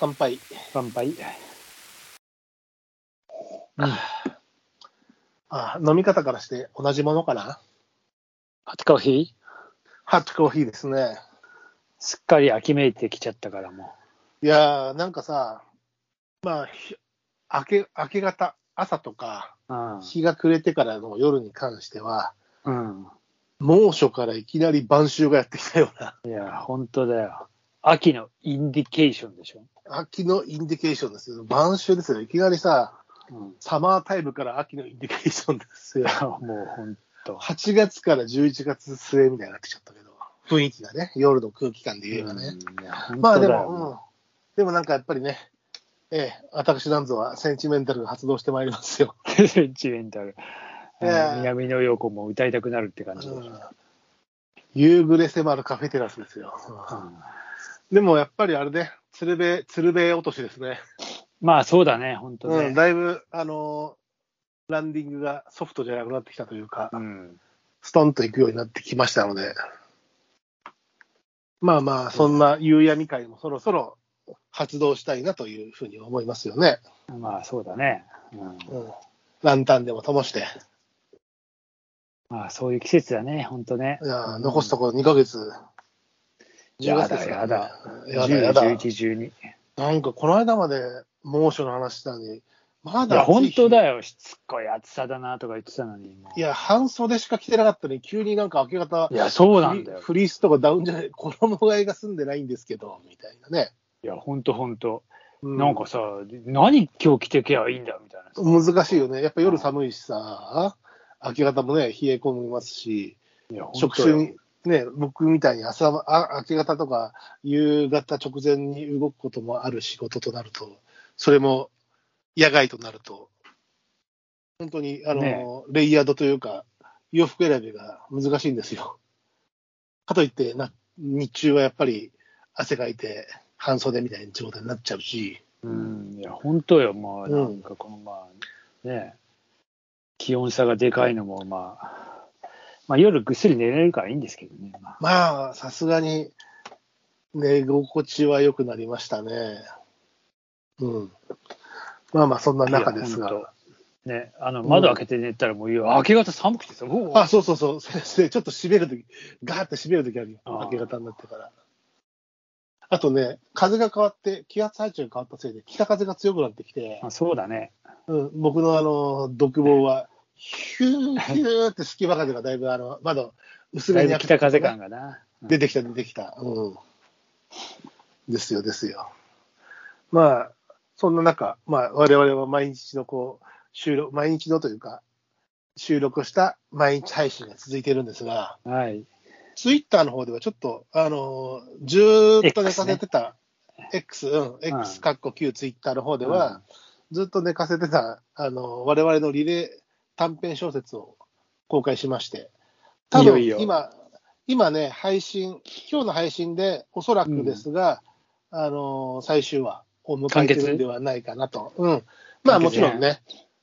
乾杯。乾杯。あ飲み方からして同じものかな。ハットコーヒーハットコーヒーですね。すっかり秋めいてきちゃったからもいやー、なんかさ、まあ、ひ明け、明け方、朝とか、う。日が暮れてからの夜に関しては、うん。猛暑からいきなり晩秋がやってきたような、うん。いや、本当だよ。秋のインディケーションでしょ。秋のインディケーションですよ。晩秋ですよ。いきなりさ、うん。サマータイムから秋のインディケーションですよ。もう本当。 8月から11月末みたいになってきちゃったけど、雰囲気がね、夜の空気感で言えばね。うんいや本まあ当でだよも、うん、でもなんかやっぱりね、ええ、私なんぞはセンチメンタルが発動してまいりますよ。 センチメンタル。いやうん南の陽子も歌いたくなるって感じでしょ。うん夕暮れ迫るカフェテラスですよ。うんでもやっぱりあれね、鶴瓶、鶴瓶落としですね。まあそうだね、本当うん、ね。だいぶ、あのーランディングがソフトじゃなくなってきたというか、うん。ストンと行くようになってきましたので、まあまあ、そんな夕闇会もそろそろ発動したいなというふうに思いますよね。まあそうだね。うん。うん、ランタンでも灯して、まあそういう季節だね、本当ね。いやー残すところ2ヶ月。10や月だですからねやだ。やだやだ。 10 11、12。なんかこの間まで猛暑の話したのに、まいや、だ暑本い日当だよ、しつこい暑さだなとか言ってたのに。もういや、半袖しか着てなかったのに、急になんか明け方、いや、そうなんだよフリ。フリースとかダウンじゃ ない、衣替えが済んでないんですけど、みたいなね。いや、本当本当。うなんかさ、何今日着てけばいいんだみたいなさ。難しいよね。やっぱ夜寒いしさ、明け方もね、冷え込みますし、いや、本職当種よに、ね、僕みたいに朝あ、明け方とか夕方直前に動くこともある仕事となると、それも野外となると、本当に、あの、ねレイヤードというか、洋服選びが難しいんですよ。かといってな、日中はやっぱり汗かいて、半袖みたいな状態になっちゃうし、うん、いや、本当よ、まあ、うんなんかこの、まあ、ね、気温差がでかいのも、まあ、まあ、夜ぐっすり寝れるからいいんですけどね。まあまあ、さすがに寝心地は良くなりましたね。うん。まあまあ、そんな中ですいやが。ね、あの、ん窓開けて寝たらもう、いや明け方寒くてさ、もう、あ、そうそうそう。それでちょっと閉めるとき、ガーって閉めるときあるよ。あー明け方になってから。あとね、風が変わって、気圧配置が変わったせいで、北風が強くなってきて、あそうだね。うん、僕のあの、独房は、ヒューヒューって隙間風がだいぶあの、窓、薄だめいにぶ開けて北風感がな。うん出てきた、出てきた。うん。ですよ、ですよ。まあ、そんな中、まあ、我々は毎日のこう、収録、毎日のというか、収録した毎日配信が続いているんですが、はい。ツイッターの方ではちょっと、あのーずーっと寝 X かねせてた、X,、うん、うん X かっこ Q ツイッターの方では、ずっと寝かせてた、あのー我々のリレー短編小説を公開しまして、多いよ分いよ今、今ね、配信、今日の配信で、おそらくですが、あのー最終話を迎えてるんではないかなと。うん。まあ完も結ちねろんね、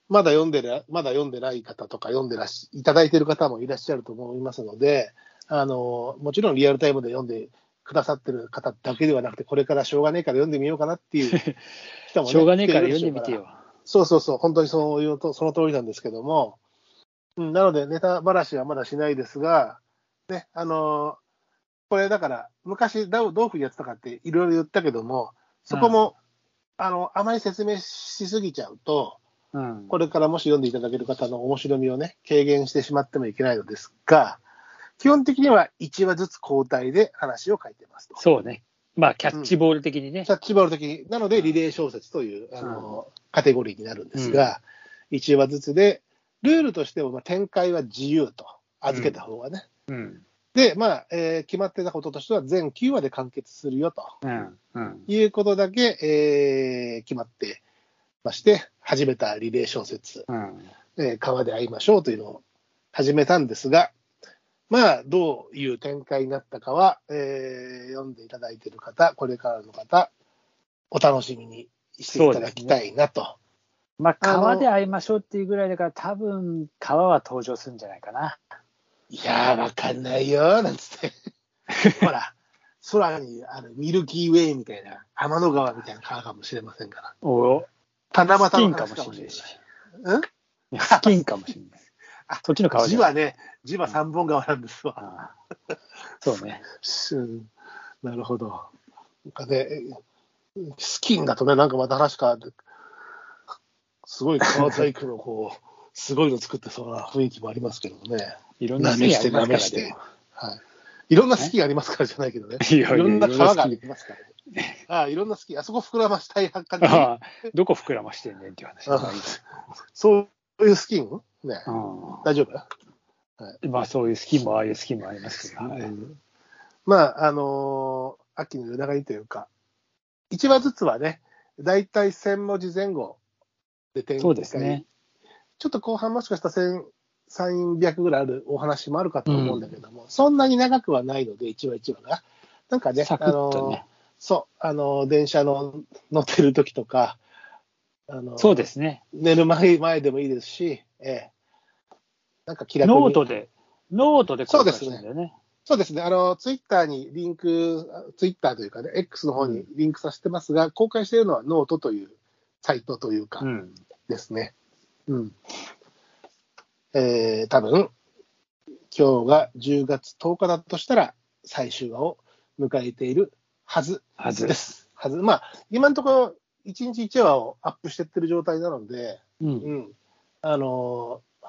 まだ読んでる、まだ読んでない方とか、読んでらし、いただいてる方もいらっしゃると思いますので、あの、もちろんリアルタイムで読んでくださってる方だけではなくて、これからしょうがねえから読んでみようかなって いう人もねしょうがねえから読んでみて。来るでしょうよ。らそうそうそう、本当にそういうと、その通りなんですけども、うん、なのでネタばらしはまだしないですが、ね、あの、これだから、昔どうどういうふうにやってたかっていろいろ言ったけども、そこも、あの、あまり説明しすぎちゃうと、うん。これからもし読んでいただける方の面白みをね、軽減してしまってもいけないのですが、基本的には1話ずつ交代で話を書いてますと。そうね。まあ、キャッチボール的にねキ。ャッチボール的になので、リレー小説という、あのカテゴリーになるんですが、1話ずつで、ルールとしてもまあ展開は自由と預けた方がね。うん。で、まあ、えー決まってたこととしては、全9話で完結するよとうん。うん。いうことだけ、えー決まってまして、始めたリレー小説。うん。えー川で会いましょうというのを始めたんですが、まあ、どういう展開になったかは、えー読んでいただいている方、これからの方、お楽しみにしていただきたいなと。まあ、あの川で会いましょうっていうぐらいだから、多分、川は登場するんじゃないかな。 いやー、わかんないよ、なんつって。ほら、空にあるミルキーウェイみたいな、天の川みたいな川かもしれませんから。お七夕のスキン話かもしれないし。うんいやスキンかもしれない。あそっちの川字じゃないはね、字は三本川なんですわ。ああそうね。うんなるほど。なんかね、スキンだとね、なんかまた話か、すごい川細工のこう、 すごいの作ってそうな雰囲気もありますけどもね。いろんなな好きめがしあて、りなますからめしてで。はい。いろんな好きがありますからじゃないけどね。いいやいやろんないろんな川好きがありますからね。ああ、いろんな好き。あそこ膨らましたい発火ね。もああどこ膨らましてんねんっていう話。あそういうスキンね。う大丈夫ん、まあそういう好きもああいう好きもありますけど、はいうんまあ、あのー秋の夜長にというか、1話ずつはね、だいたい1000文字前後で展開そうですね。ちょっと後半もしかしたら1300ぐらいあるお話もあるかと思うんだけども、そんなに長くはないので、1話1話が。なんかね、サクあッとのーね。そう、あのー電車の乗ってる時とか、あのーそうですね。寝る前前でもいいですし、ええ、なんか気楽にノートで、ノートで公開してんだよね。そうですね、あのツイッターにリンク、ツイッターというかね、X の方にリンクさせてますが、公開しているのはノートというサイトというかうん。ですね。うん。えー、多分今日が10月10日だとしたら、最終話を迎えているはずはずで。す。はず。まあ、今のところ、1日1話をアップしてってる状態なので、うう。んん、あのー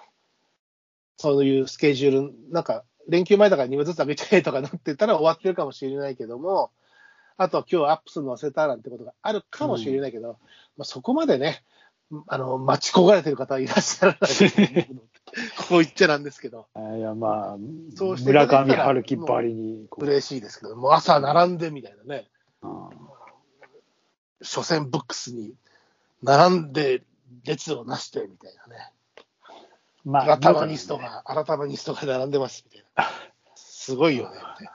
そういうスケジュール、なんか、連休前だから2話ずつ上げちゃえとかなってたら終わってるかもしれないけども、あとは今日アップするの忘れたなんてことがあるかもしれないけど、まあ、そこまでね、あの待ち焦がれてる方いらっしゃらないと思うのでこう言っちゃなんですけど、あいや、まあ、そうしてい村ただい上たら春樹ばりに、こう嬉しいですけど、もう朝並んでみたいなね、うん初戦ブックスに並んで列をなしてみたいなね。まアラタマニストが、アラタマニストが並んでますみたいな。すごいよね、みたいな。し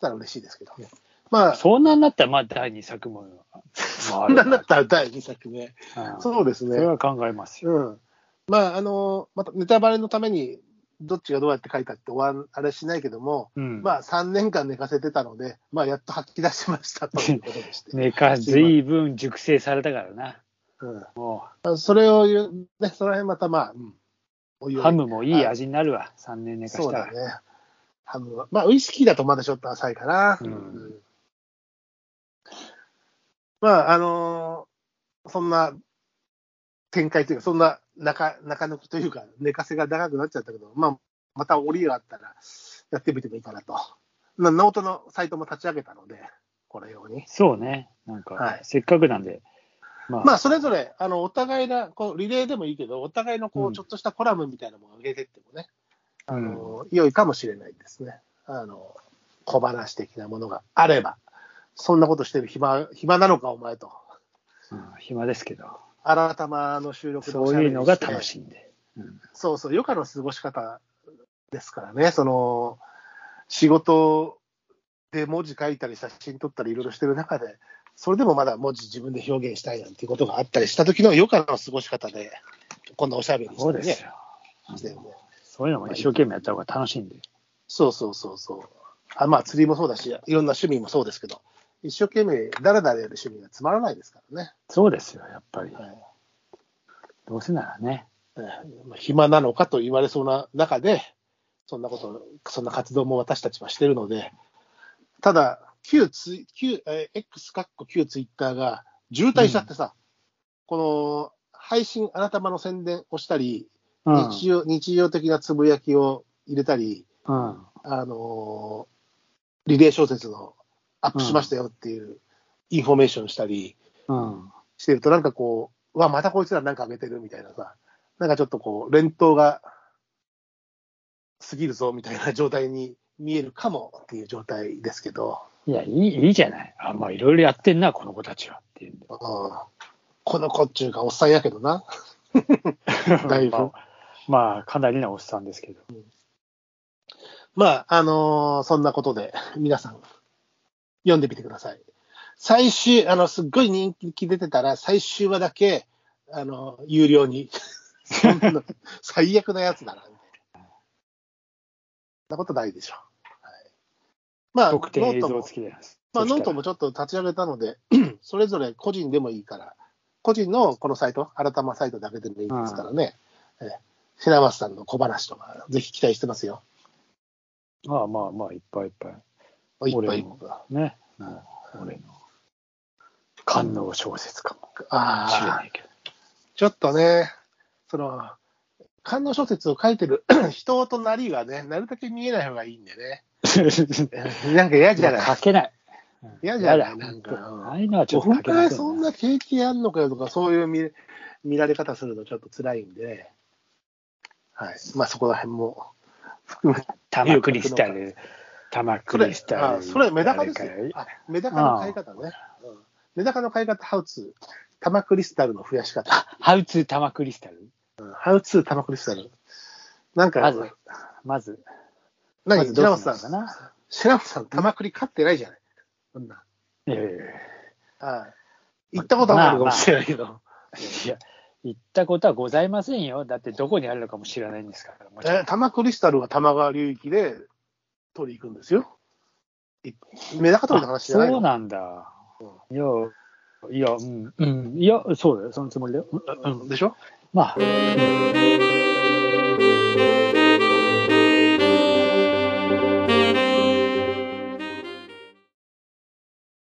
たら嬉しいですけどね。まあ、そそんなんなったら、まあ、第2作も。そんなんだったら第2作目。そそうですれね。は考えますよ。うん。まあ、あの、またネタバレのために、どっちがどうやって書いたって終わんあれしないけども、うん。まあ、3年間寝かせてたので、まあ、やっと吐き出しましたということでして。ねか、ずいぶん熟成されたからな。うんまも、あ、それを言う、ね、その辺またまあ、うん、おいうおいハムもいい味になるわ、3年寝かそしうただら。ね。ハムは。まあ、ウイスキーだとまだちょっと浅いかな。うんうんまあ、あのーそんな展開というか、そんな中中抜きというか、寝かせが長くなっちゃったけど、まあ、また折りがあったら、やってみてもいいかなと。なノートのサイトも立ち上げたので、これ用に。そうね。なんはかい、せっかくなんで。ままあ、それぞれ、あの、お互いな、こう、リレーでもいいけど、お互いの、こうんう、ちょっとしたコラムみたいなのも上げてってもね、ああの良いかもしれないですね。あの小話的なものがあれば、そんなことしてる暇暇なのか、お前と。うん暇ですけど、新たまの収録でおそしゃうべいりうしてのが楽しいんで。そうそう、余暇の過ごし方ですからね、その仕事で文字書いたり、写真撮ったり、いろいろしてる中で、それでもまだ文字自分で表現したいなんていうことがあったりした時の余暇の過ごし方で、こんなおしゃべりしそうてですねよ。してるね。そういうのも一生懸命やった方が楽しいんで。そうそうそうそう。あまあ、釣りもそうだし、いろんな趣味もそうですけど、一生懸命だらだらやる趣味がつまらないですからね。そうですよ、やっぱり。はいどうせならね。ええまあ暇なのかと言われそうな中で、そんなこと、そんな活動も私たちはしてるので、ただ、旧ツイ、旧、えー X かっこ旧ツイッターが渋滞しちゃってさ、この配信、あなたまの宣伝をしたり、うん。日常、日常的なつぶやきを入れたり、うん。あのーリレー小説のアップしましたよっていうインフォメーションしたりうん。してると、なんかこう、うわ、またこいつらなんかあげてるみたいなさ、なんかちょっとこう、連投が過ぎるぞみたいな状態に見えるかもっていう状態ですけど、いや、いい、いいじゃない。あ、まあ、いろいろやってんな、この子たちは。っていうんで。うん、この子っちゅうかおっさんやけどな。 だいぶ まあ、まあかなりなおっさんですけど。まあ、あのーそんなことで、皆さん、読んでみてください。最終、あの、すっごい人気出てたら、最終話だけ、あの、有料に。 そんな、最悪なやつだな、みたいな。そんなことないでしょ。はい、まあ、ノ特典映ート像も付きでます。まあ、ノートもちょっと立ち上げたので、 うんそれぞれ個人でもいいから、個人のこのサイト、新たまサイトだけでもいいですからね、えー白松さんの小話とか、ぜひ期待してますよ。まあまあまあ、いっぱいいっぱい。いっぱい俺もね。うん俺の。官能小説かもしれあなあ、い けど。ちょっとね、その、観音小説を書いてる 人となりがね、なるだけ見えない方がいいんでね。なんか嫌じゃない書けない。うん嫌じゃないやだなんかああいうのはちょっと書本け当ない。にそんな景気あんのかよとか、そういう見見られ方するのちょっと辛いんで、ね、はい。まあそこら辺も含めて。玉クリスタル、玉そクれリス、タあル。それメダカですよあれ。かあメダカの買い方ね。うんメダカの買い方、ハウツー。玉クリスタルの増やし方。らハウツー玉クリスタル。うんハウツー玉クリスタル。なんか、まず、まず、ま何ず白どう松するさのかん、な。白松さん、玉クリ飼ってないじゃない。そんな。いやいやいやああ行ったことはあるかもしれないけど。いや、行ったことはございませんよ。だってどこにあるのかも知らないんですから。もちろん え、玉クリスタルは玉川流域で取り行くんですよ。いメダカ取りの話じゃないそうのなんだ。いや、いや、うん、うん、いや、そうだよ。そのつもりだよ。うん、うんでしょまあ。